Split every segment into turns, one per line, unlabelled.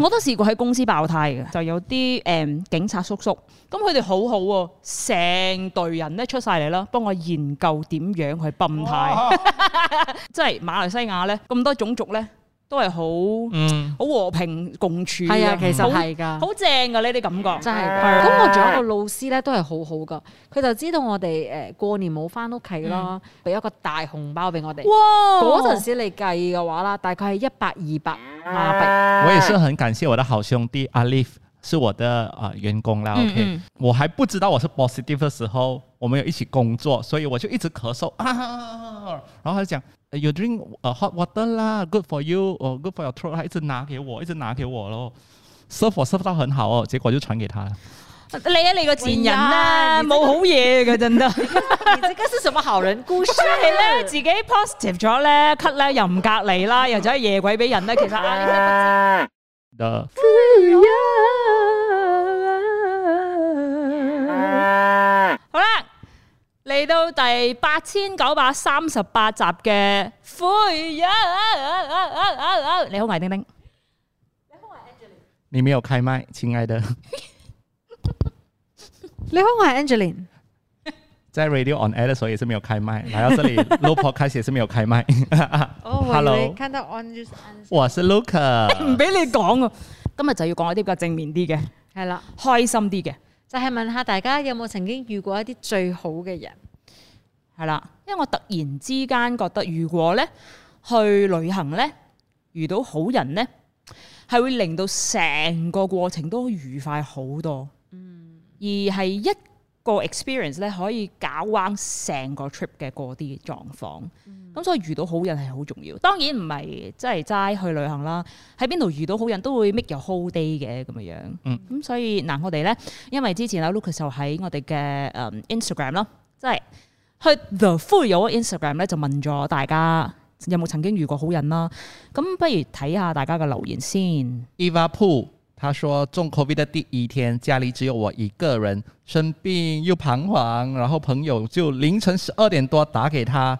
我都試過喺公司爆胎嘅，就有啲誒、嗯警察叔叔，咁佢哋好好、喎，成隊人咧出晒嚟啦，幫我研究點樣去泵 胎。即係馬來西亞咧咁多種族咧，都係好
嗯，
好和平共處嘅
係啊，其實
好
係㗎。
好正㗎呢啲感覺，
真係
係
㗎。
啊
咁我仲有一個老師咧，都係好好噶。佢就知道我哋誒過年冇翻屋企啦，俾一個大紅包俾我哋。
哇！
嗰陣時你計嘅話啦，大概係一百二百馬幣。
我也是很感谢我的好兄弟
啊
阿 Leaf，是我的啊、呃员工啦。
嗯
OK，、
嗯
我还不知道我是 positive 的时候，我们有一起工作，所以我就一直咳嗽啊， 然后他就讲呃，you drink 呃 hot water 啦，good for you，哦、g o o d for your throat，他一直拿给我，一直拿给我咯。serve 我 serve 到很好哦，结果就传给他了。
你啊你個賤人啦，
哎呀你真係
冇好嘢㗎 真得。
你這個是什麼好人故事？
係咧，自己 positive 咗咧咳咧又唔隔離啦，又走去夜鬼俾人咧，其實啊，你真係
的，
好啦，嚟到第八千九百三十八集嘅灰啊你好，魏丁丁，
你没有开麦，亲爱的，
你好，我係 Angeline。
在 radio on air 的时候也是没有开麦，来到这里录 podcast 也是没有开麦。Hello，
哦看到 on 就是 on。
我是 Luca，
俾你講啊，今日就要講一啲比較正面啲嘅，
係啦，
開心啲嘅，
就係問下大家有冇曾經遇過一啲最好嘅人？
係啦，因為我突然之間覺得，如果咧去旅行咧遇到好人咧，係會令到成個過程都愉快好多，而係一個 experience 咧可以搞彎成個 trip 嘅嗰啲狀況。咁、所以遇到好人係好重要，當然唔係即係齋去旅行啦，喺邊度遇到好人都會 make your whole day 嘅咁樣樣。咁、
嗯
所以嗱，我哋咧因為之前阿 Lucas 就喺我哋嘅誒 Instagram 啦，即係去 The Full 有 Instagram 咧就問咗大家有冇曾經遇過好人啦。咁不如睇下大家嘅留言先。
Eva Pu，他说中 COVID 的第一天，家里只有我一个人，生病又彷徨，然后朋友就凌晨十二点多打给他，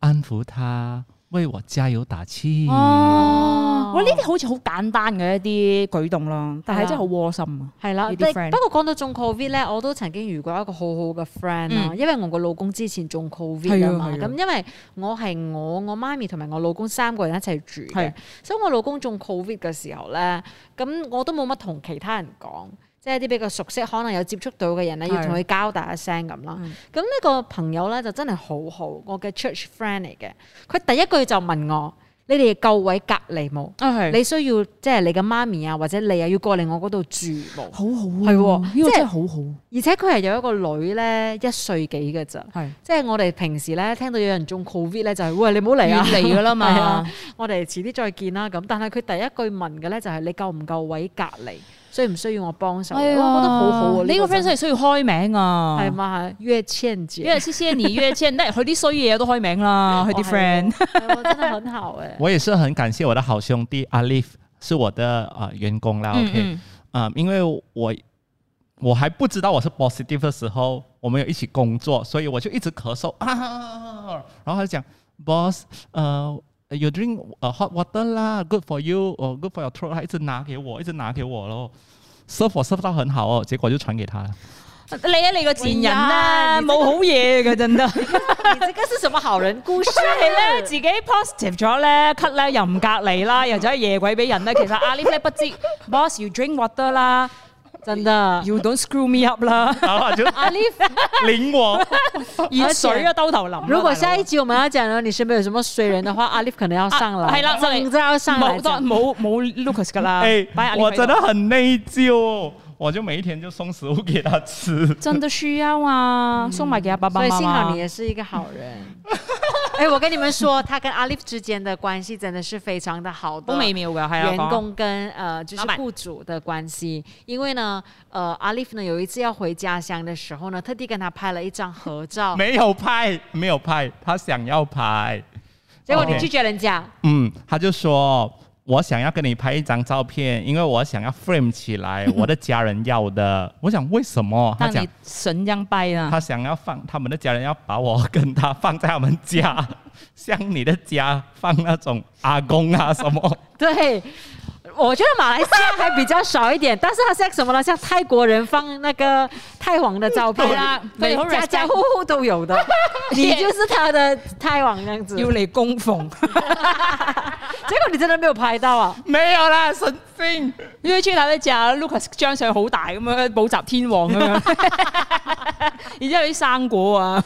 安抚他，为我加油打
嗯
气。
哦，哇！呢啲好似好簡單嘅一啲舉動咯，但
係
係
啊
真係好窩心啊。
係啦，
呢
即
啲
係
friend
不過講到中 covid 咧，我都曾經遇過一個好好嘅 friend 啦，因為我個老公之前中 covid 啊嘛，
嗯係啊係啊
咁因為我係我我媽咪同埋我老公三個人一齊住
係
嘅，所以我老公中 covid 嘅時候咧，咁我都冇乜同其他人講。即係一啲比較熟悉，可能有接觸到嘅人咧，
係嗯
要同佢交代一聲咁啦。咁呢個朋友咧就真係好好，我嘅 church friend 嚟嘅。佢第一句就問我：你哋夠位隔離冇？
啊係
你需要即係你嘅媽咪啊，或者你啊，要過嚟我嗰度住冇？
好好啊，
係喎
呢個
即係
真係好好，
而且佢係有一個女咧，一歲幾嘅咋，
係
即係我哋平時咧聽到有人中 covid 咧，就係、喂你唔好嚟啊，
遠離㗎啦 嘛
係啊 我哋遲啲再見啦咁。但係佢第一句問嘅咧就係、你夠唔夠位隔離，需唔需要我幫手？我覺得好好啊，
哎呢個 friend 真係需要開名啊，
係？嗯嘛係約千姐，
因為 C C N 約 C N，佢 啲衰嘢都開名啦，佢啲 friend
係哦喎哎真係很好啊嘅。
我也是很感谢我的好兄弟阿 Leaf，是我的啊、呃员工啦。OK，
嗯
啊、因为我我还不知道我是 positive 的时候，我们有一起工作，所以我就一直咳嗽啊，然后他就讲 boss，呃。You drink 呃 hot water 啦，good for you，哦、good for your throat，他一直拿给我，一直拿给我咯，serve 我 serve 到很好哦，结果就传给他了。
嗯 你啊你個賤人啦，
哎呀你真係
冇好嘢嘅真得。
你這個是什麼好人故事？
係咧，自己 positive 咗咧咳咧又唔隔離啦，又走去夜鬼俾人咧。其實阿 l i 咧不知 boss you drink water 啦
真的。
，you don't screw me up 啦，
然 后就
阿 Leaf，
领我，
熱水啊兜頭淋啦。
如果
大佬
下一集我們要講到你身邊有什麼衰人的話，阿 Leaf 可能要上
啊
來，
係啦我哋
真要上來
冇得
講。
冇冇 Lucas 噶 啦，
哎、
擺阿 Leaf
我
喺度
真的很内疚哦，我就每一天就送食物给他吃。
真的需要啊，送埋给阿爸爸
所以
媽
幸好你
媽。
也是一个好 人。哎、我跟你们说，他跟阿 Lif 之间的关系真的是非常的好的
好。微妙㗎，係啊，
员工跟呃就是
老板
雇主的关系，因为呢，呃，阿 Lif 呢有一次要回家乡的时候呢，特地跟他拍了一张合照，
没有拍，没有拍，他想要拍，
结果你
OK
拒绝人家，
嗯，他就说我想要跟你拍一张照片，因为我想要 frame 起来，我的家人要的。我想为什么？ 他
但
讲
你神樣跛啊啦，
他想要放他们的家人要把我跟他放在他们 家，像你的家放那种阿公啊什么。
对。我觉得马来西亚还比较少一点，但是他像什么呢？像泰国人放那个泰皇的照片
对啦
对
你
啊
好
家
respect
家户户都有 的，你就是他的泰王这样子。
要嚟供 奉，
结果你真的没有拍到啊？
没有啦，神经。
因為 Gina 咧就 Lucas 張相好大咁樣，補習天王咁樣， 然之後啲生果啊，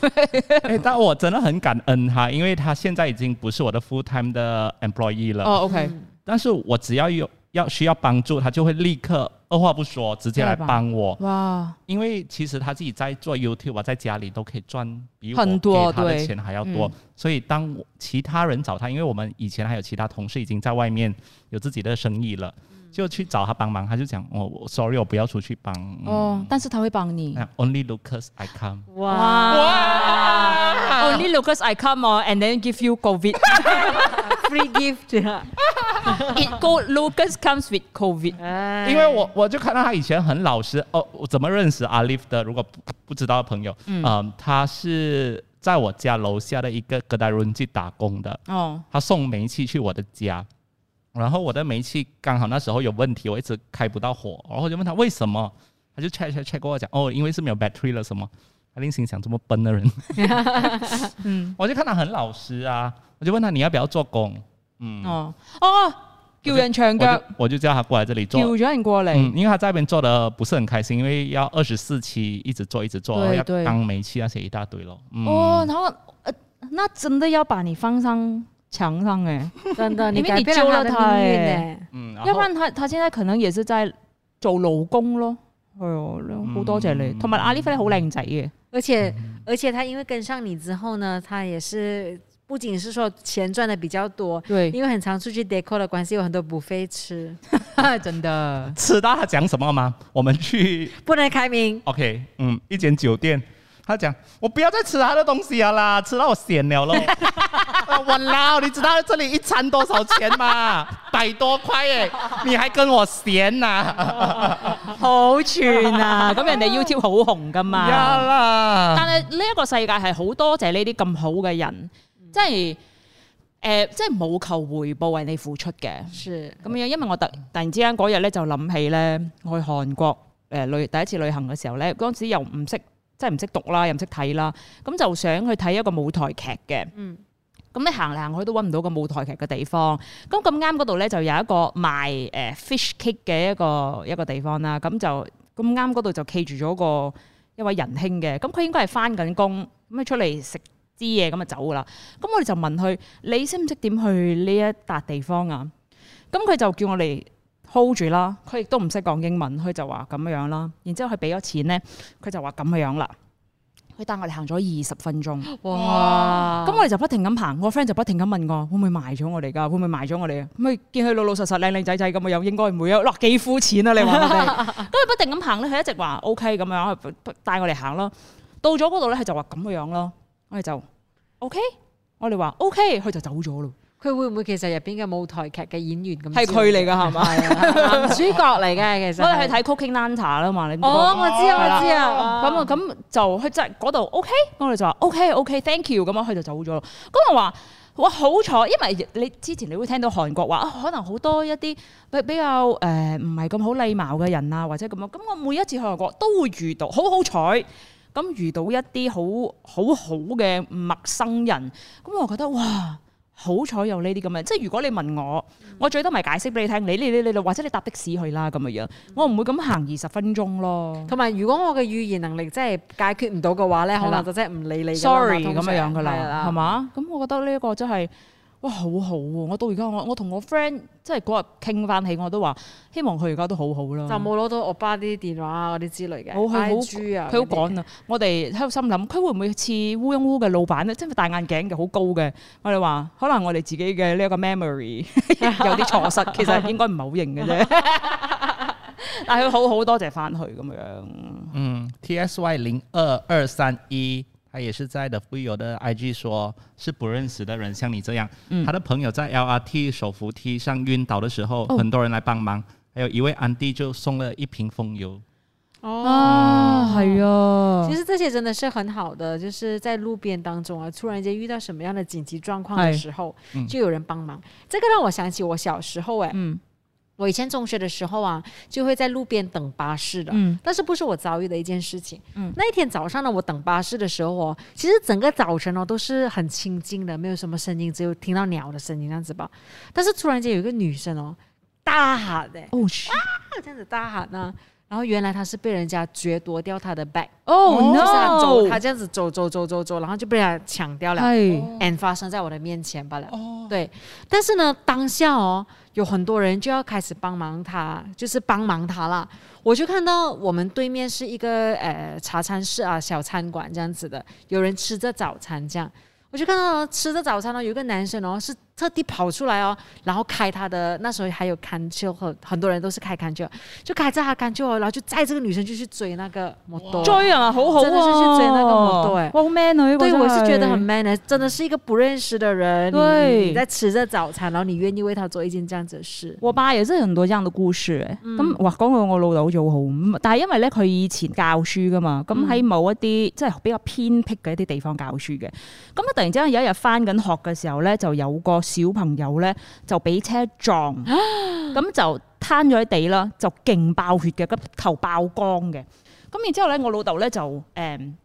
哎，但我真的很感恩他，因为他现在已经不是我的 full time 的 employee 了。
哦 OK，
但是我只要有要需要帮助，他就会立刻二话不说直接来
对吧
帮我。
哇，
因为其实他自己在做 YouTube，啊在家里都可以赚比我
很多
给他的
对
钱还要多。
嗯
所以当我其他人找他，因为我们以前还有其他同事已经在外面有自己的生意了，
嗯
就去找他帮忙，他就讲我、我 sorry，我不要出去帮。嗯
哦，但是他會幫你。
那 Only Lucas I come。
哇！Only Lucas I come on and then give you COVID.
Free gift 啊！
It go Lucas comes with COVID.
因
哎
因为我我就看到他以前很老实哦，我怎么认识阿 l i f 的？如果不不知道的朋友，嗯、他是在我家楼下的一个格达伦记打工的，
哦，
他送煤气去我的家，然后我的煤气刚好那时候有问题，我一直开不到火，然后我就问他为什么，他就 check check check 跟我讲，哦，因为是没有 battery 了什么，他另心想这么笨 的人，嗯，我就看他很老实啊，我就问他你要不要做工，
哦，哦，叫人長
我
腳
就，我就叫他过来这里
叫
做，
咗人過嚟。
嗯，因为他在那边做的不是很开心，因为要二十四期一直做一直做，
对
然后要
对
当煤气那些一大堆咯，嗯，
哦，然后呃，那真的要把你放上墙上哎、
真的，
因为
改
你
变了
救了
他哎的
他
命运
欸
呢。
嗯，然
要不
后
然他他現在可能也是在做勞工咯。係哦，好多謝你，同埋阿 l i 好靚仔嘅，
而且而且他因为跟上你之后呢，他也是不仅是说钱赚的比较多，
對，
因为很常出去 deco 的关系，有很多补费吃，
真的。
知道他讲什么吗？我们去
不能开明。
OK，嗯，一间酒店，他讲我不要再吃他的东西了啦，吃到我咸了 咯。啊我老，你知道这里一餐多少钱 吗？百多块耶，你还跟我咸呐、
好串啊！咁人哋 YouTube 好紅噶嘛。
呀啦，
但係呢一個世界係好多謝呢啲咁好嘅人，即係诶、呃即係冇求回報為你付出嘅。
是，
咁樣，因為我突突然之間嗰日咧就諗起咧，我去韓國誒旅、第一次旅行嘅時候咧，嗰陣時又唔識，即係唔識讀啦，又唔識睇啦，咁就想去睇一個舞台劇嘅。
嗯，
咁你行嚟行去都揾唔到個舞台劇嘅地方，咁咁啱嗰度咧就有一個賣誒、呃 fish cake 嘅一個一個地方啦，咁就咁啱嗰度就企住咗個一位仁兄嘅，咁佢應該係翻緊工，咁佢出嚟食支嘢咁就走噶啦，咁我哋就問佢你識唔識點去呢一笪地方啊？咁佢就叫我哋 hold 住啦，佢亦都唔識講英文，佢就話咁樣啦，然之後佢俾咗錢咧，佢就話咁樣啦，佢帶我哋行咗二十分鐘。
哇，
咁我哋就不停咁行，我 friend 就不停咁問我會唔會賣咗我哋㗎？會唔會賣咗我哋啊？咁佢見佢老老實實、靚靚仔仔咁，我又應該唔會啊！嗱，幾膚淺啊！你話我哋，咁佢不停咁行咧，佢一直話 OK 咁樣，帶我哋行咯。到咗嗰度咧，佢就話咁嘅樣咯，我哋就 OK，我哋話 OK，佢就走咗咯，
佢會唔會其實入邊嘅舞台劇嘅演員咁？
係佢嚟㗎係嘛？
係啊，男主角嚟嘅 其實。
我哋去。睇 Cooking Lanta 啦嘛，你唔知嗰個
哦，我知啊，我知啊。
咁啊，咁就佢即係嗰度 OK，咁我哋就話 OK OK thank you 咁啊樣，佢就走咗咯。咁我話哇好彩，因為你之前你會聽到韓國話啊，可能好多一啲比比較誒唔係咁好禮貌嘅人啊，或者咁樣。咁我每一次去韓國都會遇到，好好彩。咁遇到一啲好好好嘅陌生人，咁我覺得哇，好彩有呢啲咁嘅，即係如果你問我，
嗯
我最多咪解釋俾你聽，你你你你你，或者你搭的士去啦咁嘅
嗯
樣，我唔會咁行二十分鐘咯。
同埋，如果我嘅語言能力真係解決唔到嘅話咧，
係啦
可能就真係唔理你㗎啦嘛
sorry 咁樣樣噶
係
啦，係嘛？咁我覺得呢一個真係哇好好喎！我到而家我我同我 friend 即係嗰日傾翻起，我都話希望佢而家都好好啦。
就冇攞到我爸啲電話啊嗰啲之類嘅。
哦冇佢好
IG 啊，
佢好趕啊！我哋喺度心諗，佢會唔會似烏庸烏嘅老闆咧？即係戴眼鏡嘅，好高嘅。我哋話可能我哋自己嘅呢一個 memory 有啲錯失，其實應該唔係好認嘅啫。但係佢好好多謝翻佢咁樣。
嗯，T S Y 零二二三一，他也是在的富有的 I G 说，是不认识的人像你这样，他的朋友在 L R T 手扶梯上晕倒的时候，
哦
很多人来帮忙，还有一位安迪就送了一瓶风油。
哦。
啊，係啊
其實這些真的是很好的，就是在路邊當中啊，突然間遇到什麼樣的緊急狀況的
係嗯
時候，就有人幫忙。這個讓我想起我小時候、欸，
嗯
我以前中学的时候啊，就会在路边等巴士的，
嗯
但是不是我遭遇的一件事情。
嗯
那一天早上呢，我等巴士的时候哦，其实整个早晨哦都是很清静的，没有什么声音，只有听到鸟的声音这样子吧。但是突然间有一个女生哦，大喊欸的、
哦
这样子大喊呢、然后原来她是被人家掠夺掉她的 bag，
哦
就是她走，她
no，
这样子走走走走走，然后就被人家抢掉了
係
，and 发生在我的面前罢了。
哦，
对，但是呢，当下哦，有很多人就要开始帮忙他，就是帮忙他啦。我就看到我们对面是一个呃茶餐室啊，小餐馆这样子的，有人吃着早餐这样。我就看到吃着早餐哦，有一个男生哦，是特地跑出来哦，然后开他的那时候还有 can 丘和很多人都是开 can 丘，就开着他 can 丘，然后就载这个女生就去追那个摩托。
追啊，好好
真的是
啊，
去追那個摩托欸
哇好 man 啊呢個
对，
真
我是觉得
係
很 man 的，真的是一个不认识的人，
对
你你在吃着早餐，然后你愿意为他做一件这样子的事，
我爸又真係很多這樣嘅故事嘅，咁、哇講到我老豆好似好好，咁但係因為咧佢以前教書噶嘛，咁喺某一啲即係比較偏僻嘅一啲地方教書嘅，咁啊突然之間有一日翻緊學嘅時候咧，就有個小朋友咧就俾車撞，咁就攤咗喺地啦，就勁爆血嘅，咁頭爆光嘅，咁然之後咧我老豆咧就誒。嗯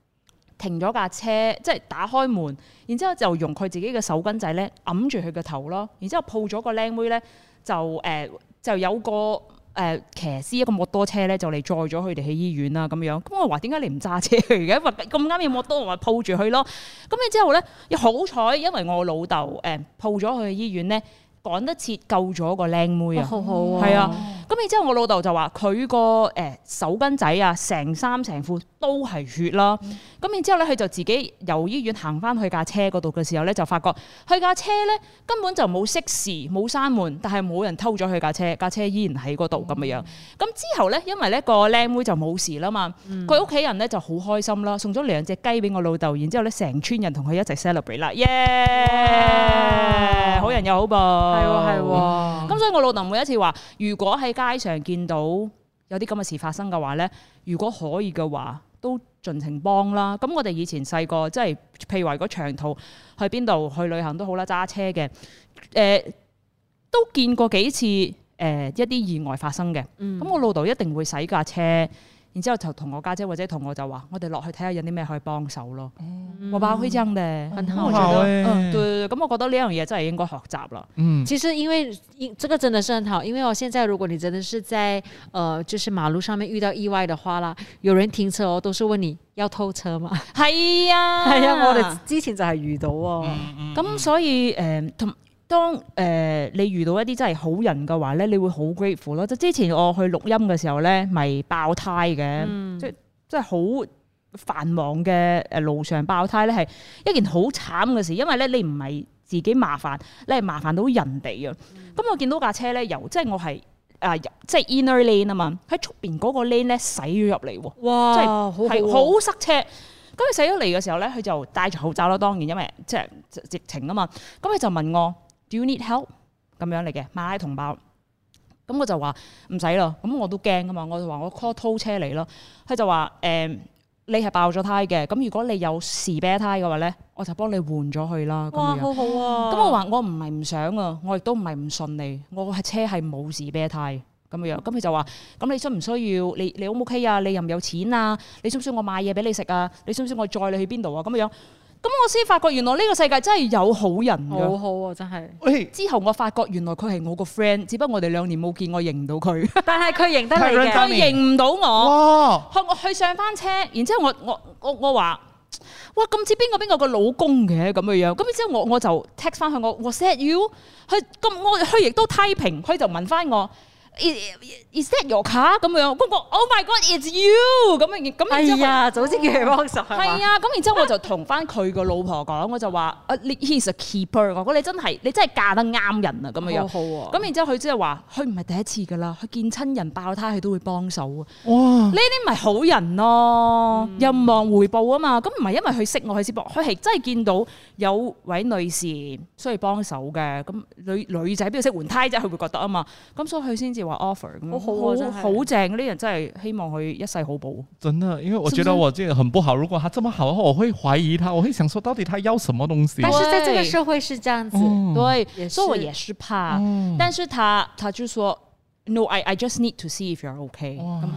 停咗架車，即係打開門，然之後就用佢自己嘅手巾仔咧揞住佢嘅頭咯，然之後抱咗個靚妹咧就誒、呃就有個誒、呃騎師一個摩托車咧就嚟載咗佢哋去醫院啦咁樣。咁我話點解你唔揸車去嘅？話咁啱有摩托，我咪抱住佢咯。咁然之後咧，又好彩，因為我老豆誒抱咗佢去醫院咧，趕得切救咗個靚妹
哇
啊！
好好喎
係啊，咁然之後我老豆就話佢個誒手巾仔啊，成衫成褲都係血啦。咁然之後咧，佢就自己由醫院行翻去架車嗰度嘅時候咧，就發覺佢架車咧根本就冇熄匙冇閂門，但係冇人偷咗佢架車，架車依然喺嗰度咁嘅樣。
哦
咁之後咧，因為咧個靚妹就冇事啦嘛，
嗯
佢屋企人咧就好開心啦，送咗兩隻雞俾我老豆，然之後咧成村人同佢一齊 celebrate 啦，耶、
哇
好人又好報，
係
係
喎係喎，
咁所以我老豆每一次話，如果喺街上見到有啲咁嘅事發生嘅話咧，如果可以嘅話，都盡情幫啦。咁我哋以前細個即係譬如話，如果長途去邊度去旅行都好啦，揸車嘅，誒、都見過幾次誒、一啲意外發生嘅。咁、我老豆一定會洗架車，然之後就同我家姐或者同我就話，我哋落去睇下有啲咩可以幫手咯。我爸會這樣嘅，
很
咁
好
我覺得，
欸
嗯，對對對，咁我覺得呢樣嘢真係應該學習啦。
嗯，
其实因为因这个真的是很好，因为哦，现在如果你真的是在呃就是马路上面遇到意外的话啦，有人停车哦，都是问你要偷车嘛，
係 啊，
系啊，我哋之前就係遇到哦，
咁所以誒，同、當誒、呃你遇到一啲真係好人嘅話咧，你會好 grateful 咯。即係之前我去錄音嘅時候咧，咪爆胎嘅，即係即係好繁忙嘅誒路上爆胎咧，係一件好慘嘅事，因為咧你唔係自己麻煩，你係麻煩到人哋啊。咁、我見到架車咧，由即係我係。啊，即係 inner lane 啊嘛，喺出邊嗰個 lane 咧駛咗入嚟喎，
哇，
即係
好
係
好啊
好塞車。咁佢寫咗嚟嘅時候咧，佢就戴住口罩啦，當然因為即係疫情啊嘛。咁佢就問我：Do you need help？咁樣嚟嘅馬拉同胞。咁我就話唔使啦，咁我都驚噶嘛，我就話我 call 拖車嚟咯。佢就話誒、你係爆咗胎嘅，咁如果你有士啤胎嘅話咧，我就幫你換咗佢啦。咁
哇，
樣。
好好啊，
咁我話我唔係唔想啊，我亦都唔係唔信你，我係車係冇士啤胎咁樣。咁佢就話：咁你需唔需要？你你 O 唔 OK 啊？你有唔有錢啊？你需唔需要我買嘢俾你食啊？你需唔需要我載你去邊度啊？咁樣。咁我先發覺原來呢個世界真係有好人
好
㗎。
好啊，真係，
喂，
之後我發覺原來佢係我個 friend，只不過我哋兩年冇見，我認唔到佢，
但係佢認得
太
你
認
嘅
得。
佢認唔到我。
哇，
佢哦我去上翻車，然之後我我我我話。哇！咁似邊個邊個個老公嘅咁嘅樣，咁然之後我我就 text 翻佢我我 set you，佢咁我佢亦都 typing，佢就問翻我，is is that your car 咁樣，咁我 oh my god，it's you 咁樣，咁
哎
然之後佢
呀，早知叫佢幫手係嘛
係啊，咁然之後我就同翻佢個老婆講，我就話啊你，he's a keeper，我覺得你真係你真係嫁得啱人啊咁嘅樣，
哦好喎
咁然之後佢即係話佢唔係第一次噶啦，佢見親人爆胎佢都會幫手啊。
哇，
呢啲咪好人
嗯
咯，又唔望回報啊嘛。咁唔係因為佢識我，佢先幫，佢係真係見到有位女士需要幫手嘅。咁女女仔邊度識換胎啫？佢會覺得啊嘛。咁所以佢先至話 offer 咁樣，
好好喎真係
好正。呢啲人真係希望佢一世好報。
真的，因为我
是不
觉得
是
我这个很不好。如果他这么好的话，我会怀疑他，我会想说到底他要什么东西。
但是在这
对
个社会是这样子，
哦
对
嗯也，是嗯
所以我也是怕。
哦
但是他他就說 no I I just need to see if you're okay。咁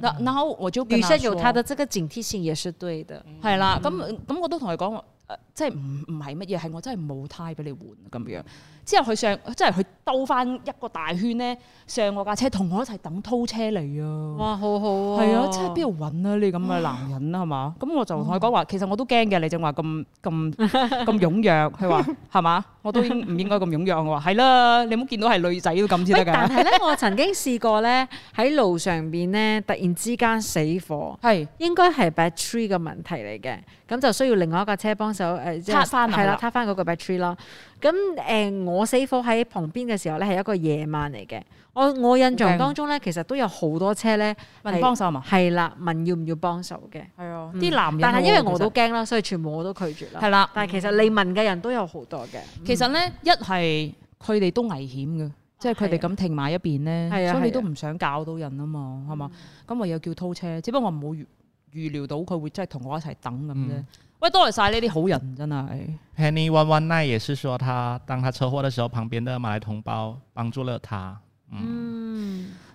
然然後我就跟嗯
女
他
生有
說
她的这个警惕性也是对的，
係啦，咁咁我都同佢講，呃即係唔唔係乜嘢，係我真係冇胎俾你換啊咁樣。之後佢上，即係佢兜翻一個大圈咧，上我架車同我一齊等拖車嚟啊！
哇，好好啊，
係啊，即係邊度揾啊你咁嘅男人啊係嘛？咁我就
嗯
同佢講話，其實我都驚嘅，你正話咁咁咁踴躍，佢 話係嘛？我都應唔應該咁踴躍？我話係啦，你唔好見到係女仔都咁先
喂
得
但
㗎。
係咧，我曾經試 過咧喺路上邊咧，突然之間死火，
係
應該係 battery 嘅問題嚟嘅，咁就需要另外一架車幫手誒，即
撻返啊
係
係
啦
啦，
撻翻嗰個 battery 啦。咁誒、我死火喺旁邊嘅時候咧，係一個夜晚嚟嘅。我我印象當中咧，其實都有好多車咧
問幫手係啊嘛？
係啦，問要唔要幫手嘅。
係啊，啲男人
但係因為我都
其
驚啦，所以全部我都拒絕
實
啦。
係啦。
但係其實你問嘅人都有好多嘅，
其實咧，一係佢哋都危險嘅，啊即係佢哋咁停埋一邊
係
咧，
啊
所以
係啊
你都唔想搞到人啊嘛，係嘛？咁唯有叫拖車，只不過我冇預預料到佢會真係同我一齊等咁啫
嗯。
喂，多謝晒呢啲好人真係，
Penny One One Nine 也是说他当他车祸的时候，旁边的马来同胞帮助了他。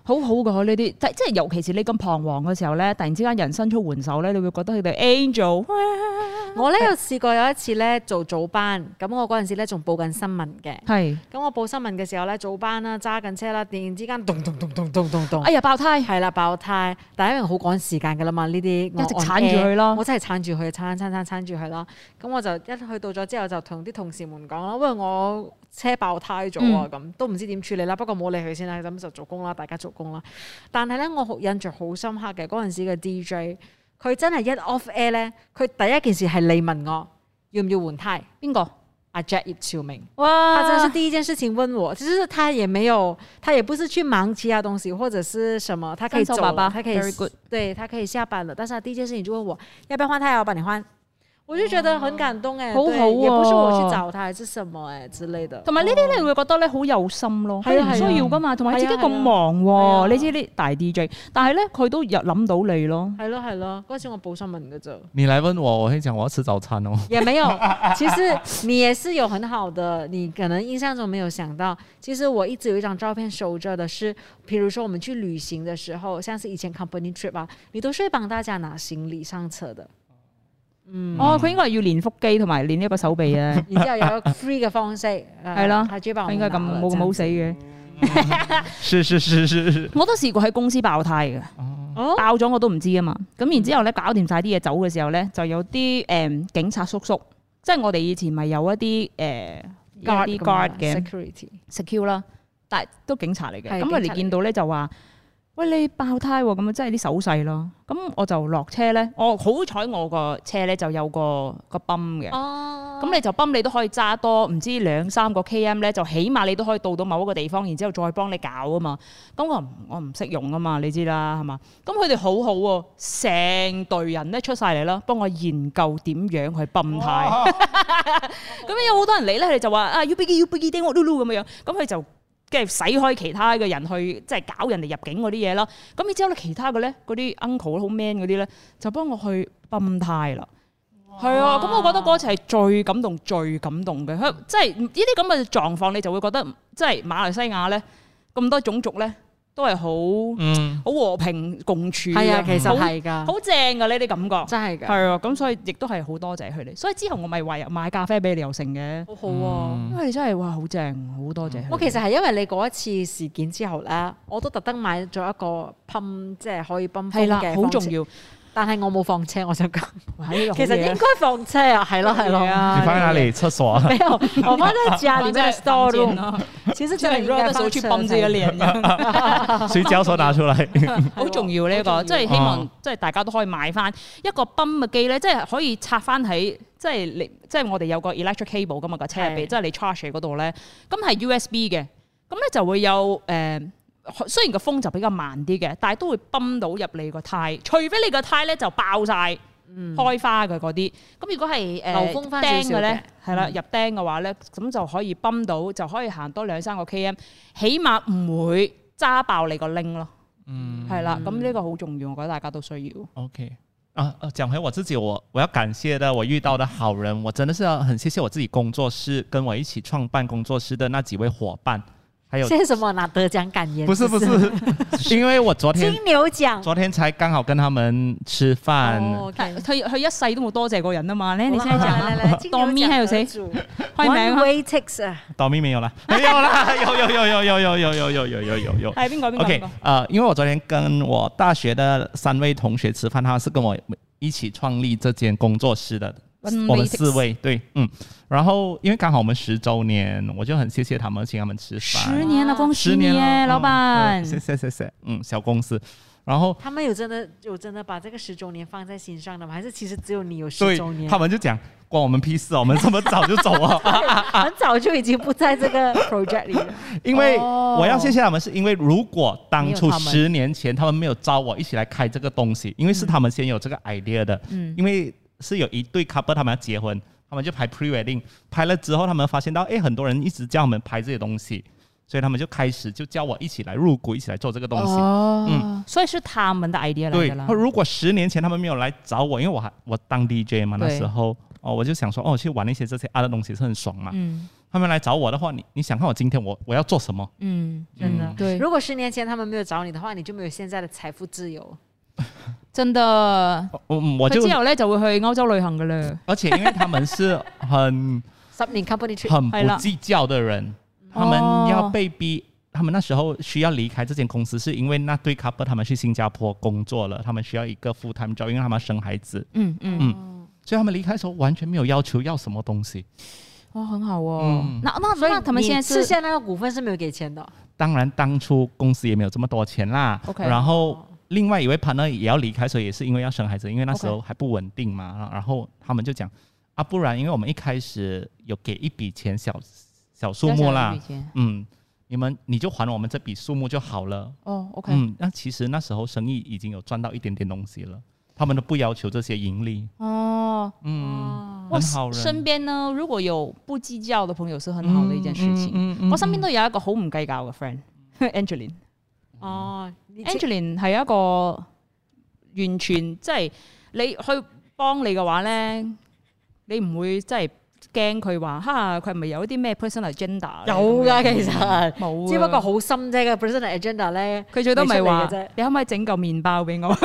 好好㗎呢啲，即即係尤其是你咁彷徨嘅時候咧，突然之間人伸出援手咧，你會覺得佢哋 angel，
我咧有試過有一次咧做早班，咁我嗰陣時咧仲報緊新聞嘅。
係，
咁我報新聞嘅時候咧，早班啦，揸緊車啦，突然之間咚咚咚咚咚咚咚
哎，呀爆胎，
係啦爆胎，但係因為好趕時間㗎啦嘛，呢啲我
一直
on
撐住
air，
佢咯
我真係撐住佢，撐撐撐撐住佢啦。咁我就一去到咗之後，就同啲同事們講啦，喂，我車爆胎咗啊，咁都唔知點處理啦，不過冇理佢先啦，咁就做工啦，大家做工啦。但係咧，我好印象好深刻嘅嗰陣時嘅 DJ，佢真係一 off air 咧，佢第一件事係你問我要唔要換胎，
邊個？
阿 Jack 葉朝明。他啊真的是
哇！
第一件事情问我，其实他也没有，他也不是去忙其他东西或者是什么，他可以走
伸
了，
手爸爸
他可以
very good
对他可以下班了，但是他第一件事情就问我要不要换胎，我帮你换，我就觉得很感动哎、
好
对
哦好
也不是我去
哦
找他还是什么哎、之类的，
同埋呢啲你會覺得咧好有心咯，
係
佢
啊
唔需要噶嘛，同埋自己咁忙
係啊
喎，你知啲大 DJ，但係咧佢都有諗到你咯。
系咯系咯，嗰陣時我報新聞嘅啫，
你来问我，我会讲我要吃早餐哦。
也没有。 其实你也是有很好的，你可能印象中没有想到。其实我一直有一张照片收着的是，比如说我们去旅行的时候，像是以前 company trip 啊，你都是会帮大家拿行李上车的。
哦，佢應該係要練腹肌同埋練呢一個手臂 啊，
然之後有一個 free 嘅方式，係
係咯
係主辦
佢應該咁冇咁好死啊嘅。
是是是是是，
我都試過喺公司爆胎嘅，
哦，
爆咗我都唔知啊嘛。咁然之後咧，搞掂晒啲嘢走嘅時候咧，就有啲誒、嗯警察叔叔，即係我哋以前咪有一啲誒、呃、一啲 guard 嘅
security，
secure 啦，但係都警察嚟嘅。
係
咁佢
警察
哋
嚟
見到咧就話：喂，你爆胎喎！咁啊，即係啲手勢咯。咁我就落車咧，我好彩我個車咧就有個個泵嘅。
哦，
咁你就泵你都可以揸多唔知兩三個 km 咧，就起碼你都可以到到某一個地方，然之後再幫你搞啊嘛。咁我唔我唔識用啊嘛，你知啦係嘛？咁佢哋好好喎，成隊人咧出晒嚟啦，幫我研究點樣去泵胎。 咁有好多人嚟咧，佢哋就話啊 U B G U B G 叮我嚕嚕咁樣，咁佢就跟住使開其他嘅人去即係搞人哋入境嗰啲嘢啦。咁然之後咧，其他嘅咧嗰啲 uncle 好 man 嗰啲咧，就幫我去泵胎啦。係啊，咁我覺得嗰次係最感動、最感動嘅，佢即係呢啲咁嘅狀況，你就會覺得即係馬來西亞咧咁多種族咧都係好
嗯，
好和平共處嘅，
係啊，其實
好
係㗎，
好正嘅呢啲感覺，
真係㗎，
係啊，咁所以亦都係好多謝佢哋。所以之後我咪話買咖啡俾你又成嘅，
好好喎。
因為真係哇好正，好多謝佢哋。
我其實係因為你嗰一次事件之後咧，我都特登買咗一個噴，即係可以泵風
係啦
嘅，
好
方
重
程。
要。
但係我冇放車，我想講，
哇呢個好
其實
嘢
應該放車啊，係咯係咯
好嘢。啊
你放在哪里？厕所啊？
沒有，我放在家裡面的 store
放在房
room
間。咯
其實
即
真係
係
應
如果
該
得
放
手去
車才
泵自己
對。
臉咁樣，
水膠手拿出 來。
好重要呢一個，
好重要
即係希望
啊
即係大家都可以買翻一個泵嘅機咧，即係可以插翻喺即係你即係我哋有個 electric cable 噶嘛個車入
係
邊，即係你 charge 嗰度咧，咁係 USB 嘅，咁咧就會有誒。呃雖然個風就比較慢啲嘅，但係都會泵到入你個胎，除非你個胎咧就爆晒、開花嘅嗰啲。咁如果係誒、呃、
流風返少少嘅
釘嘅咧，係啦，入釘嘅話咧，咁就可以泵到，就可以行多兩三個 km，起碼唔會揸爆你個 link 咯。
嗯
係啦，咁呢個好重要，我覺得大家都需要。
，OK。啊，呃讲回我自己，我我要感谢的，我遇到的好人，我真的是要很谢谢我自己工作室跟我一起创办工作室的那几位伙伴，还有
现在什么拿得奖感言？
不是不是，因为我昨天
金牛奖。
昨天才刚好跟他们吃饭，
哦
但啊
OK 哎
佢佢一世都冇多謝過人啊嘛，咧你先
好啦
講，
来来来，金牛
當咪
奖
还有谁
得主
開名
？One
啊，
way takes 啊，
倒咪没有了，没有啦， 有有有有有有有有有有有有有。
係邊個邊個邊
OK，
個？
呃，因为我昨天跟我大学的三位同学吃饭，他们是跟我一起创立这间工作室的
One，
我
way
们
takes
四位，对，嗯，然后因为刚好我们十周年，我就很谢谢他们，请他们吃
十
饭，
年啦，恭喜
十
你
年
耶，
了，
老
嗯
闆
嗯谢谢谢谢，嗯，小公司，然后
他们有真的有真的把这个十周年放在心上的吗？还是其实只有你有
所
十
以
周年
他？们就讲关我们屁事哦，我们这么早就走啊。
很早就已经不在 这个 project 里了。
因为
哦
我要谢谢他们，是因为如果当
没有
初
他们
十年前他们没有招我一起来开这个东西，因为是他们先有这个 idea 的，
嗯
因为是有一对 couple 他们要结婚，他们就拍 pre wedding，拍了之后他们发现到，诶，很多人一直叫我们拍这些东西，所以他们就开始就叫我一起来入股，一起来做这个东西。嗯
哦，所以是他們的 idea 嚟
对
㗎，啦
他。如果十年前他们没有来找我，因为我还我当 DJ 嘛，那
对
时候哦，我就想说哦，去玩一些这些啊的东西是很爽嘛。
嗯
他们来找我的话，你你想看我今天我我要做什么？
嗯，
真的
對
如果十年前他们没有找你的话，你就没有现在的财富自由。
真的。
我我
佢
就
之後咧就會去歐洲旅行㗎啦。
而且因为他们是很
十年 company trip，
很不计较的人，他们要被逼，他们那时候需要离开这间公司，是因为那对 couple 他们去新加坡工作了，他们需要一个 full time job，因为他们要生孩子，
嗯嗯，
嗯，所以他们离开的时候完全没有要求要什么东西。
哦，很好哦
嗯。
那那
所以
那他們
你
現在
吃
是
下那个股份是没有给钱的。
当然，当初公司也没有这么多钱啦。
OK
然后另外一位 partner 也要离开，所以也是因为要生孩子，因为那时候还不稳定嘛。然后他们就讲啊，不然因为我们一开始有给一笔钱小小数目啦，嗯，你们你就还我们这笔数目就好了。
哦，OK，
嗯，那其实那时候生意已经有赚到一点点东西了，他们都不要求这些盈利，
哦，
嗯，
我
很好人，
身邊呢，如果有不計較的朋友，是很好的一件事情。
嗯嗯嗯嗯
我身邊都有一個好唔計較嘅 friend，Angeline。
哦，你
哎
Angeline 係一個完全即係你去幫你嘅話咧，你唔會即係驚佢話哈佢係咪有啲咩 personal
哎
agenda 呢
有噶，
咁樣
其實
嗯
冇啊，
只不過好深啫個 personal agenda 咧。
佢最多咪話
你出嚟嘅啫
你可唔可以整嚿麵包俾我？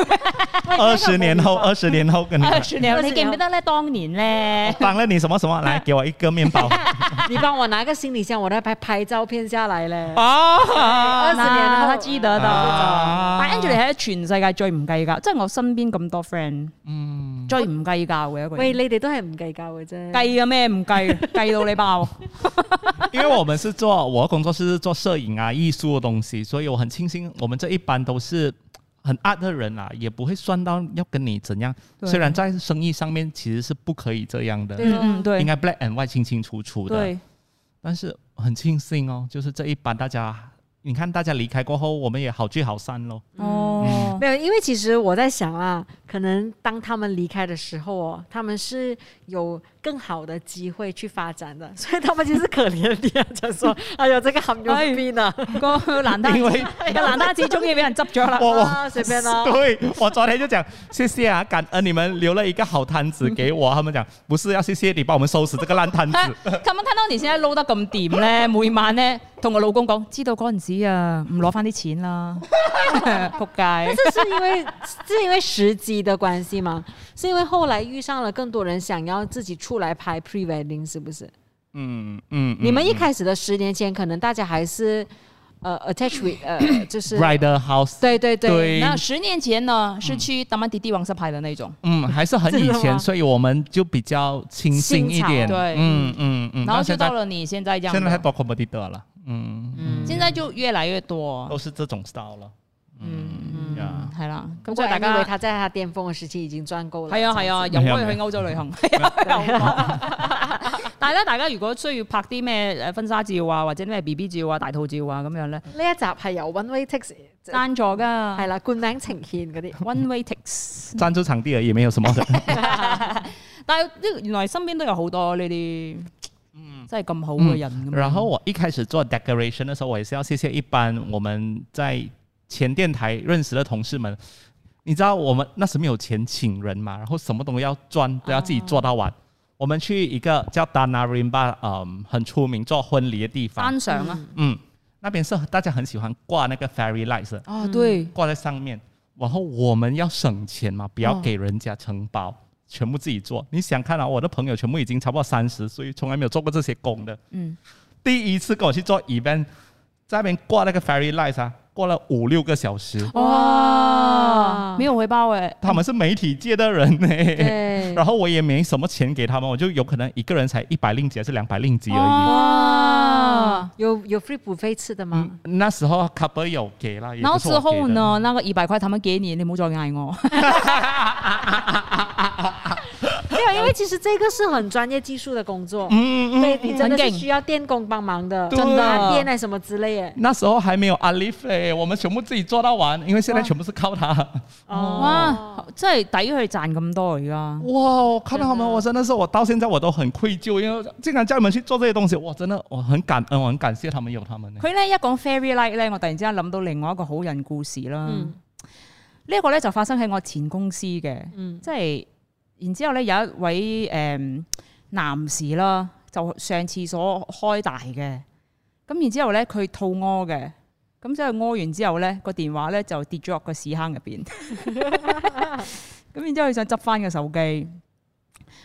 二十年后，二十年后跟你讲，
你記唔記得咧？當年咧，
帮了你什么什么，来给我一个面 包。
你帮我拿个行李箱，我来拍拍照片下來咧。
哦，
二十年後
他知道到。但 Angeline 係全世界最唔計較，即係我身邊咁多 friend
嗯，
最唔計較嘅一個人。
喂，你哋都係唔計較嘅啫。
計嘅咩唔計？計到你爆。
因为我们是做我的工作室是做摄影啊、艺术的东西，所以我很庆幸我们这一班都是很 art 的人啦、也不会算到要跟你怎样。
对
虽然在生意上面其实是不可以这样的，
对
嗯嗯，
应
對
该 black and white 清清楚楚的。
對。
但是很庆幸哦，就是这一班大家，你看大家离开过后，我们也好聚好散咯。
哦，
没有，因为其实我在想啊，可能当他们离开的时候哦，他们是有更好的机会去发展的， 所以他们其实可怜的，就说：“哎呦，这个含
哎
牛逼啊，
個蘭丹
因為
個蘭丹子終於俾人執咗啦。
我
啊随 便 啦、
对我昨天就讲谢谢啊，感恩你们留了一个好摊子给我。他们讲不是要谢谢你帮我们收拾这个烂 摊子。
係啊琴晚睇到你先喺撈得咁掂咧，每晚咧同我老公講，知道嗰陣時啊，唔攞翻啲錢啦， 仆 街。
这是因为是因为时机的关系吗？是因为后来遇上了更多人想要自己出来拍 pre wedding，是不是？
嗯嗯，
你们一开始的十年前，可能大家还是呃 attach with 呃，就是、
Rider House，
对对对，
对
那十年前呢，是去大曼迪地王室派的那種，
嗯，还是很以
真的吗
前，所以我们就比较清新一
新
点。
潮对
嗯嗯嗯。
然後
到
就
现在
到了你現在這樣
现在太
的。
多 competitor 了，嗯，
現在就越來越多
都，是这种 style 了。嗯
嗯
呀，
係啦。咁
不
所
过
以大
大家以
家
为他在他巅峰的时期已经赚够了。
係啊係啊，又
樣子
可以去歐洲旅
嗯
行。 係啊又可以但係咧，大家如果需要拍啲咩誒婚紗照啊，或者咩 B B 照啊、大肚照啊咁樣咧，
呢一集係由 One Way Takes
贊助㗎
係啦，冠名呈現嗰啲。
，one way takes。
赞助场地而已，没有什么的。
但係呢，原來身邊都有好多呢啲，
嗯
真係咁好嘅人咁樣。
然后我一开始做 decoration 的时候，我也是要谢谢一般我们在前电台认识的同事们。你知道我们那时没有钱请人嘛，然后什么东西要赚都要自己做到完。我们去一个叫 Dana Rimba，嗯，很出名做婚礼的地方。
單上啊，
嗯，那边是大家很喜欢挂那个 fairy lights，的
啊，对，
挂在上面。然后我们要省钱嘛，不
哦
要给人家承包，全部自己做。你想看啊，我的朋友全部已经差不多三十岁，从来没有做过这些工的。
嗯，
第一次跟我去做 event，在那边挂那个 fairy lights 啊，挂了五六个小时。
哦
嗯
哇，没有回报哎，
他们是媒体界的人呢、
对
然后我也没什么钱给他们，我就有可能一个人才一百令吉还是两百令吉而已。
哇
哇，有有 free 补费吃的吗？
嗯，那时候 couple 有给了，也
然后
不是
之
我给的
後？呢，那個二百塊他们給你，你唔好再嗌我。
没有，因为其实这个是很专业技术的工作，
嗯嗯嗯，
对你真的
很
是
劲
需要电工帮忙的，
对
啊电啊什么之类的。
那时候还没有阿 l i f 嘞，我们全部自己做到完，因为现在全部是靠他。
哦
哇，真係抵佢賺咁多而家。
哇，我看到他
真的
们，我真的是我到现在我都很愧疚，因为竟然叫你们去做这些东西，我真的我很感恩，我很感谢他们有他们呢。
佢咧一講 fairy light 咧，我突然之間諗到另外一個好人故事啦。
嗯
呢一個咧就發生喺我前公司嘅，
嗯
即係然之後咧有一位誒、嗯男士啦，就上廁所開大嘅，咁然之後咧佢肚屙嘅，咁之後屙完之後咧個電話咧就跌咗落個屎坑入邊， 咁然之後佢想執翻個手機，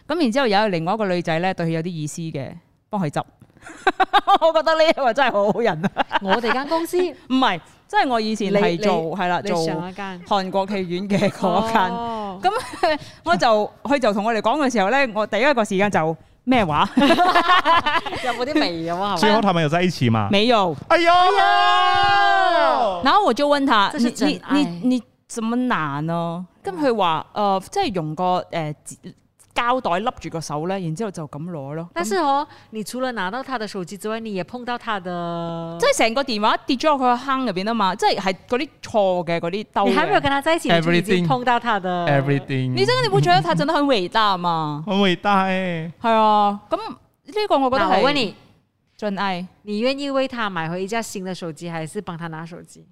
咁然之後有另外一個女仔咧對佢有啲意思嘅，幫佢執。 我覺得呢個真係好好人啊！
我哋間公司
唔係，即係我以前
你你
係做係啦，
你
做
上一間
韓國戲院嘅嗰間
哦
咁我就佢就同我哋講嘅時候咧，我第一個時間就咩 話
有冇啲味咁啊？係
最
咪
后他们有在一起吗？
沒有。
哎呦，
然後我就問他：
哦這
你
是真
你
愛
你你怎麼難啊？咁佢話誒，即係用個誒、呃紙膠袋笠住個手咧，然之後就咁攞咯。
但是哦，你除了拿到他的手機之外，你也碰到他的
即，係成個電話跌咗落佢個坑入邊啊嘛！即係係嗰啲錯嘅嗰啲兜
你還沒有
嘅。
跟他在一起，你就已經
Everything
碰到他的
everything，
你真係你會覺得他真的很偉大嘛？
很伟大哎。
係啊，咁呢個我覺得
那我問
係
你，
真愛。
你愿意为他买回一架新的手機，還是幫他拿手機？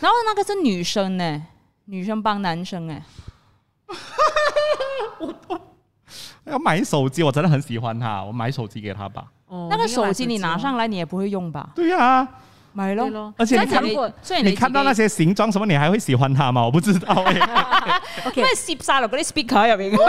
然后那个是女生呢、女生帮男生哎、
要买手机，我真的很喜欢他，我买手机给他吧。
哦
那个手机你拿上來你也不會用吧？
对呀、啊，
咪
對
咯，
咯，
而且你
但是
看
如果
所以
你看到那些形状什么，你还会喜欢他吗？我不知道哎、
因
OK，
為攝晒落嗰啲 speaker 入邊，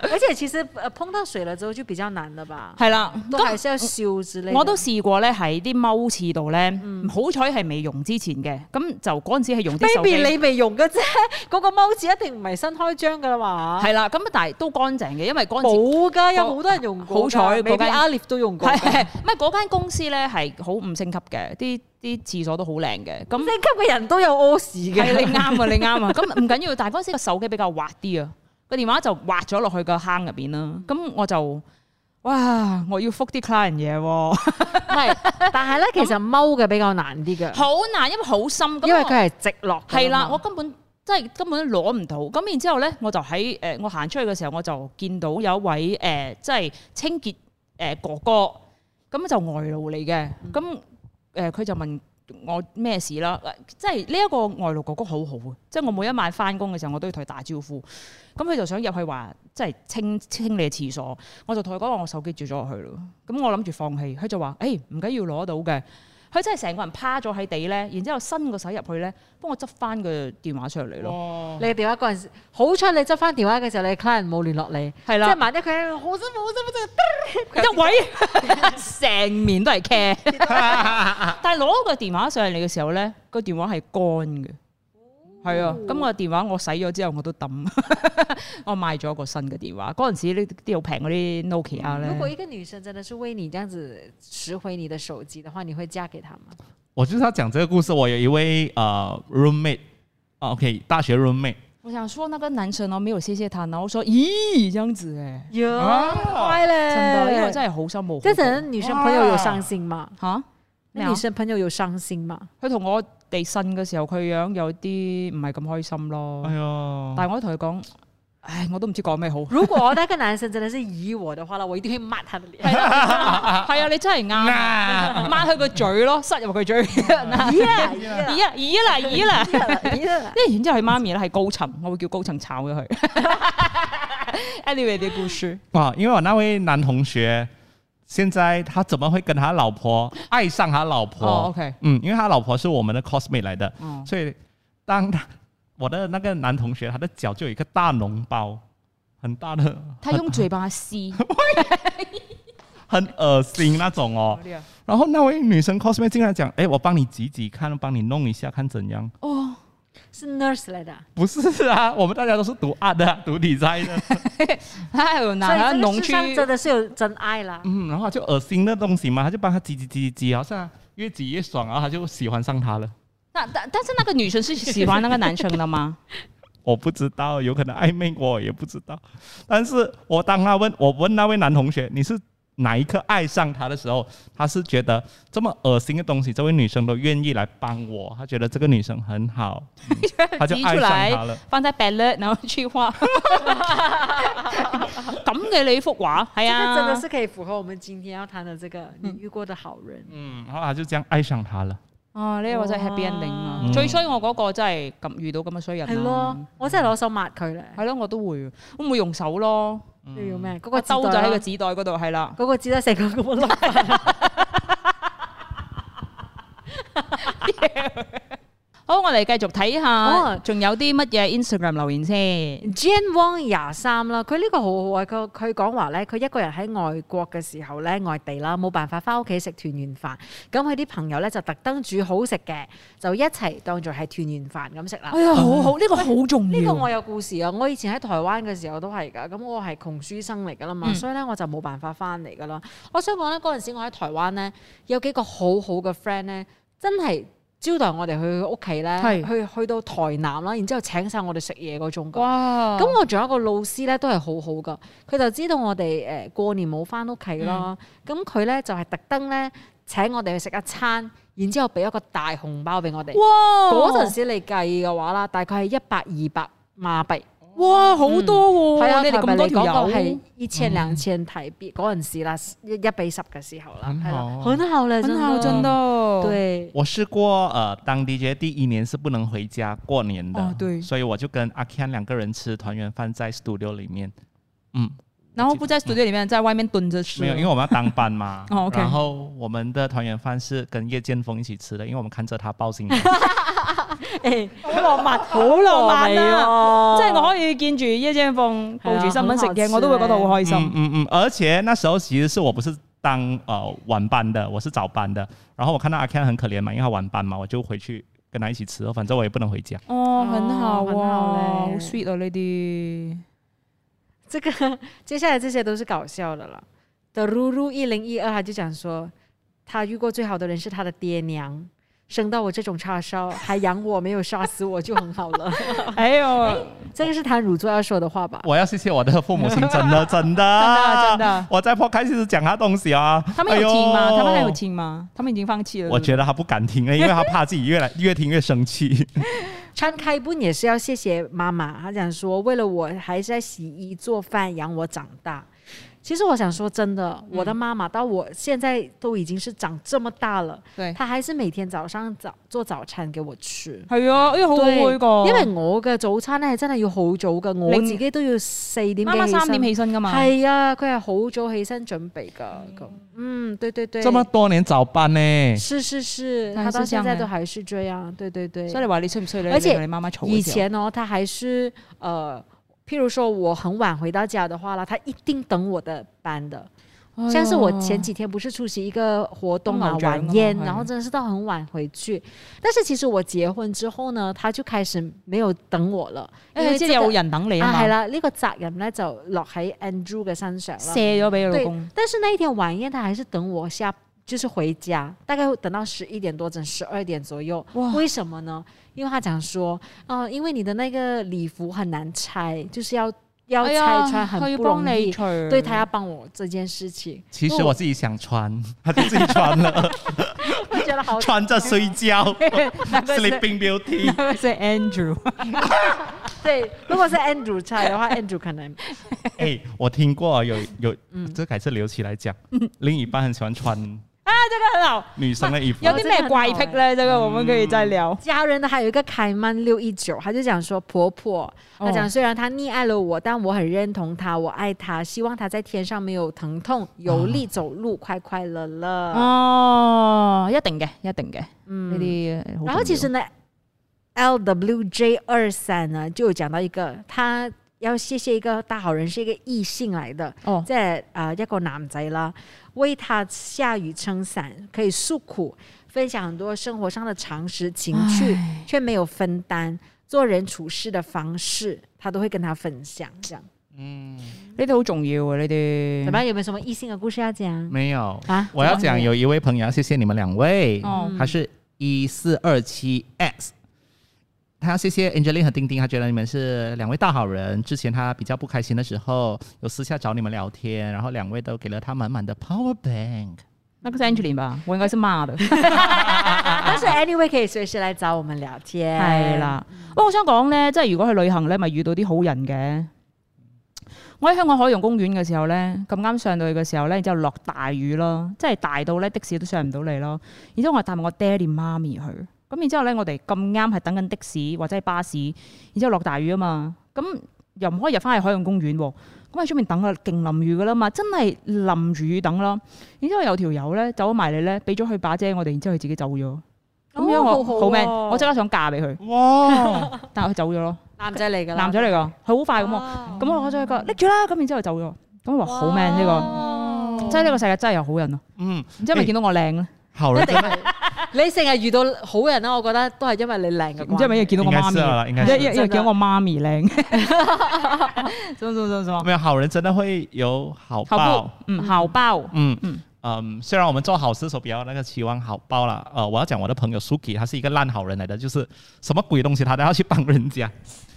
而且其實呃碰到水了之後就比較難了吧，
係啦。
都還是要修之類的。
我都試過咧，喺啲踎廁度咧，好彩係未用之前嘅，咁就嗰陣時係用啲手
baby
機，
你未用嘅啫， 嗰個踎字一定唔係新開張噶啦嘛。
係啦，咁但係都乾淨嘅，因為嗰陣時
冇㗎，有好多人用過㗎。
好彩嗰
b
間
a b 都用 過。
係係唔係嗰間公司咧係好五星級嘅，啲啲廁所都好靚嘅， 咁
咁。星級嘅人都有屙屎
係
嘅。
你啱啊，你啱啊。咁唔緊要，但係嗰陣時個手機比較滑啲啊，個電話就滑咗落去個坑入邊啦。咁我就哇，我要覆啲 client 嘢喎，
唔係，但係咧，其實踎嘅比較難啲嘅，
好難，因為好深。咁我
因為佢係直落㗎嘛。
係啦，我根本即係根本都攞唔到。咁然之後咧，我就喺誒、呃我行出去嘅時候，我就見到有一位誒、呃即係清潔誒、呃哥哥，咁就外勞嚟嘅。咁誒佢就問我咩事啦？呃即係呢一個外勞哥哥好好嘅，即係我每一晚翻工嘅時候，我都要同佢打招呼。咁佢就想入去話，即係清清理廁所。我就同佢講話，我手機掉咗落去咯。咁我諗住放棄，佢就話：，誒唔緊要攞到嘅。佢真係成個人趴咗喺地咧，然之後伸個手入去咧，幫我執翻個電話出嚟咯。
哇
你嘅電話嗰陣時，好彩你執翻電話嘅時候，你嘅 client 冇聯絡你，
係
即
啦
係，萬一佢喺度好辛苦，好辛苦，真係
一位 成面都係 care，但係攞個電話上嚟嘅時候咧，個電話係乾嘅，係啊。咁我電話我洗咗之後我都抌， 我買咗個新嘅電話。嗰陣時呢啲好平嗰啲 Nokia
如果
咧，
一个女生真的是为你这样子拾回你的手机的话，你会嫁给他吗？
我就是要讲这个故事。我有一位呃 roommate，啊 OK，大学 roommate，
我想說那個男生哦我沒有謝謝他，然後說咦這樣子誒，
有
啊
快
真的，因為
嘞！
我真係好心冇。
这陣女生朋友有傷心嗎？
嚇咩
那
啊
女？生朋友有傷心嗎？
佢同我哋呻嘅時候，佢樣有啲唔係咁開心咯
哎。呦，
但係我都同佢講，唉，我都唔知講咩 好。
如果那個男生真的是以我的話啦，我一定會抹他 的臉。
係啊，你真係啱 啊，
啊
抹佢個嘴咯，塞入佢嘴。 咦啊
咦
咦啊咦啦咦啦！
呀！
跟住然之後佢媽咪咧係高層，我會叫高層炒咗佢。anyway 啲故事，
啊，因为我那位男同学现在他怎么会跟他老婆爱上他老婆、
哦，OK
嗯，因为他老婆是我们的 cosmate 来的，
哦
所以当 他我的那个男同学，他的脚就有一个大脓包，很大的，
他用嘴巴 吸，
很恶心那种哦。
啊
然后那位女生 cosmate 竟然讲：“哎，我帮你挤挤看，帮你弄一下看怎样。”
哦，
是 nurse 来的啊，
不是啊，我们大家都是读 art 的啊，读理财 的。
他有拿他
所以这个
农
世
区
上真的是有真爱啦。
嗯，然后他就恶心的东西嘛，他就帮他挤挤挤挤挤，好像越挤越爽，啊然后他就喜欢上他了。
那但但是那个女生是喜欢那个男生 的吗？
我不知道，有可能暧昧过，也不知道。但是我当他问我问那位男同学你是哪一刻爱上他的时候，他是觉得这么恶心的东西，这位女生都愿意来帮我，他觉得这个女生很好，嗯他就
挤
爱
出
上
来
她了。
放在 ballot，然後去 畫咁嘅你幅畫係
这
啊，
个真的是可以符合我们今天要谈的这个你遇过的好人。
嗯，然后他就这样爱上他了。
哦，呢個真係 happy ending 啊！
嗯
最衰我嗰個真係咁遇到咁嘅衰人
係
咯
哎咯，，我真係攞手抹佢咧。
係咯，我都會，我唔會用手咯，
你要咩？嗰
個
個
兜
兜
就
就
喺
喺
個
個
紙袋嗰度，係啦，
嗰個紙袋成個咁樣 碌。
好，我哋繼續睇下，
哦
仲有啲乜嘢 Instagram 留言先。
Jan Wong 廿三啦，佢呢個好好啊！佢佢講話咧，佢一個人喺外國嘅時候咧，外地啦，冇辦法翻屋企食團圓飯，咁佢啲朋友咧就特登煮好食嘅，就一齊當做係團圓飯咁食啦。
哎呀，好好，呢個好重
呢個
要
我。有故事啊！我以前喺台灣嘅時候都係㗎，咁我係窮書生嚟㗎啦嘛，
嗯
所以咧我就冇辦法翻嚟㗎啦。我想講咧，嗰陣時我喺台灣咧，有幾個好好嘅 friend 咧，真係招待我哋去佢屋企
係
咧，去去到台南啦，然之後請晒我哋食嘢嗰種㗎。
哦哇！
咁我仲有一個老師咧，都係好好噶，佢就知道我哋誒、呃、過年冇翻屋企啦，
嗯
咁佢咧就係特登咧請我哋去食一餐，然之後俾一個大紅包俾我哋。
哇
嗰陣時你計嘅話啦，大概係一百二百馬幣，
哇好多喎，
係啊，
哦你哋咁多
台幣嚟講
條
個
友，
係
嗯
一千兩千台幣嗰陣時啦，一一比十嘅時候啦，
很
係
好
啦，很好咧，
很嗯好，真的。
對。
我试过，呃，当 DJ 第一年是不能回家过年的，
哦对
所以我就跟阿 Ken 两个人吃团圆饭在 studio 里面，嗯，
然后不在 studio 里面，在外面蹲着吃。，
没有，因为我们要当班
啊
嘛
哦，OK
然后我们的团圆饭是跟叶剑锋一起吃的，因为我们看着他爆 新闻，
誒，好浪漫，好
浪漫啊哦
漫啊
即係我可以見住一張放抱住新聞食
係啊
嘢，我都會覺得好開
嗯
心。
嗯嗯，而且那时候其实是我不是当呃晚班的，我是早班的，然后我看到阿 Ken 很可怜嘛，因为他晚班嘛，我就回去跟他一起吃，反正我也不能回家。
哦，很好
哦很
哇，
好嘞
好 sweet 啊呢啲。
这个接下来这些都是搞笑的了。的露露一零一二，他就讲说，他遇过最好的人是他的爹娘，生到我这种叉烧，还养我，没有杀死我就很 好了。
哎呦，
这个是谈乳座要说的话吧？
我要谢谢我的父母 亲，真的真的真
的真的
我在破开始讲他东西啊，
他们有听
哎
吗？
呦
他们还有听吗？他们已经放弃了。
我
是不是
觉得他不敢听了，因为他怕自己越来越听越生气。
穿开本也是要谢谢妈妈，他讲说，为了我还在洗衣做饭养我长大。其实我想说，真的，我的妈妈到我现在都已经是长这么大了，
对，
她还是每天早上早做早餐给我吃。
係啊，哎呀，好好
對
呢個。
因為我嘅早餐咧係真係要好早嘅，我
零
自己都要四點幾
媽媽三點
起
起身噶
身。
嘛。
係啊，佢係好早起身準備噶，咁嗯，對對對，
这么多年早班呢，
是是是，
但
他
是這
到
樣
現在
的
都還是這樣，對對對。
所以你話你需唔需要你
而且
你同你媽媽嘈
以
嘅時候？
前哦，他還是呃，譬如說我很晚回到家的話啦，他一定等我的班的。
哎呀
像是我前几天不是出席一个活动
当
嘛
老，宅了
晚宴，
哎
然后真的是到很晚回去。但是其实我结婚之后呢，他就開始沒有等我了，因
誒
為
即
這
係
個
有人等你啊
啊，係
嘛，
啦，呢、個責任咧就落喺 Andrew 嘅身上啦。
卸咗俾老
對
公。
但是那一天晚宴，他還是等我下，就是回家，大概等到十一點多整十二點左右。
哇
为什麼呢？因為他講說，哦、因為你的那個禮服很難拆，就是要要
哎
拆
呀
穿，
佢
很
要
不
幫
容
你
易。
除。
對他要幫我這件事情，
其实我自己想穿，他就自己穿了，
我覺得哦 好嗯
穿着睡 觉
怪是
，Sleeping Beauty。
即係 Andrew。
对。如果是 Andrew 拆的話，Andrew 可能嗯
哎，我听过有有，这改次留起来讲，另一半很喜欢穿
这个很好。
女生的衣服
有啲咩怪癖咧？这个我们可以再聊。
家人呢，还有一个凯曼六一九，他就讲说婆婆，
哦
她讲虽然她溺爱了我，但我很认同她，我爱她，希望她在天上没有疼痛，有力走路，快快乐乐。
哦，一定嘅，一定嘅，呢
嗯，
啲好
然后其实呢，LWJ 二三呢就有讲到一个，他要谢谢一个大好人，是一个异性嚟的，
重要哦，
即係啊、呃一個男仔啦，為他下雨撐傘，可以訴苦，分享很多生活上的常識情趣，卻沒有分擔，做人處事的方式，他都會跟他分享。這樣，
嗯
呢啲好重要啊！呢啲
怎麼樣？有沒有什麼異性的故事要講
没有。
啊？
我要讲有一位朋友，谢谢你们两位，
哦
他是一四二七 X。他谢谢 Angeline 和丁丁，他觉得你们是两位大好人。之前他比较不开心的时候，有私下找你们聊天，然后两位都给了他满满的 power bank。
那个是 Angeline 吧，我应该是媽的。
啊但是 anyway 可以隨時來找我們聊天。
係，啦，喂，我想講咧，即係如果去旅行咧，咪遇到啲好人嘅。我喺香港海洋公園嘅時候咧，咁啱上到去嘅時候咧，然之後落大雨咯，即係大到咧的士都上唔到嚟咯。然之後我係帶埋我爹哋媽咪去，咁然之後咧我哋咁啱係等緊的士或者係巴士，然之後落大雨啊嘛，咁又唔可以入翻去海洋公園喎，咁喺出面等啊，勁淋雨噶啦嘛，真係淋住雨等咯。然之後有條友咧走咗埋嚟咧，俾咗佢把遮我哋，然之後佢自己走咗。咁樣我
哦好好
哦
啊
好 man，
喎
我即刻想嫁俾佢。
哇！
但係佢走咗咯，
男仔嚟㗎啦，哦
男仔嚟哦噶，佢好快咁喎。
哇。
咁我攞咗佢個拎住啦，咁然之後走咗。咁我話好 man 呢
哦
個，即係呢個世界真係有好人啊咯。
嗯，
然之後咪
欸
見到我靚咧，
好人真的
你成日遇到好人啦，我覺得都係因為你靚嘅關係。
然之後咪又見到我媽
應該是啊啦應該
咪，
是
因因因為見到我媽咪靚， 什麼什麼什麼什麼
没有好人真的会有好
好
报
不。？嗯，好包。
嗯
嗯
嗯嗯，虽然我们做好事的时候比较那个期望好报啦，呃，我要讲我的朋友 Suki，他是一个烂好人来的，就是什么鬼东西他都要去帮人家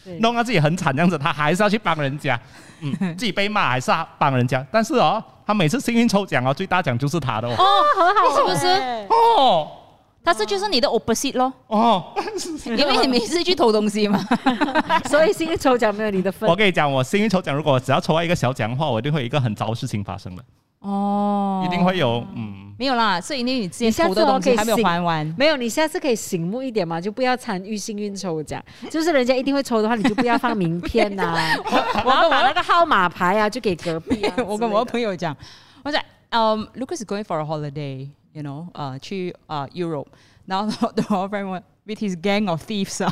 对，
弄到自己很惨这样子，他还是要去帮人家，嗯，自己被骂还是要帮人家，但是哦，他每次幸运抽奖哦，最大奖就是他的哦，
啊
你是不是？
欸
哦
他是就是你的 opposite 咯，
哦，
因為你每次去偷東西嘛。
所以幸運抽獎沒有你的份
我。跟你讲，我幸运抽奖如果我只要抽到一个小奖的话，我一定会有一个很糟的事情发生的，
哦
一定會有嗯。
沒有啦，所以你之前
你下
偷
次
的東
我可
西
以
還沒有
醒
還完。。
没有，你下次可以醒目一点嘛，就不要参与幸运抽奖。就是人家一定会抽的话，你就不要放名片呐、我们把那个号码牌啊，就给隔壁、啊
我跟我朋友讲，我讲，嗯、l u c a s is going for a holiday，you know，呃，去呃 Europe，然后 the whole friend went with his gang of thieves 啊，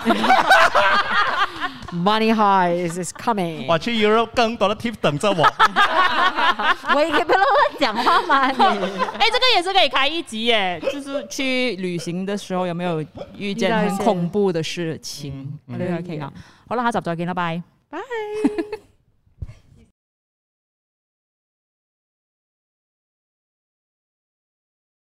Money Heist is coming。
我去 Europe 更多的 tip 等着我，
我也不要乱讲话嘛，你
哎、这个也是可以开一集耶，就是去旅行的时候有没有遇
遇
见
到一
很
些
恐怖的事情，我哋都可以
嗯
讲。好啦，下集再见啦，拜。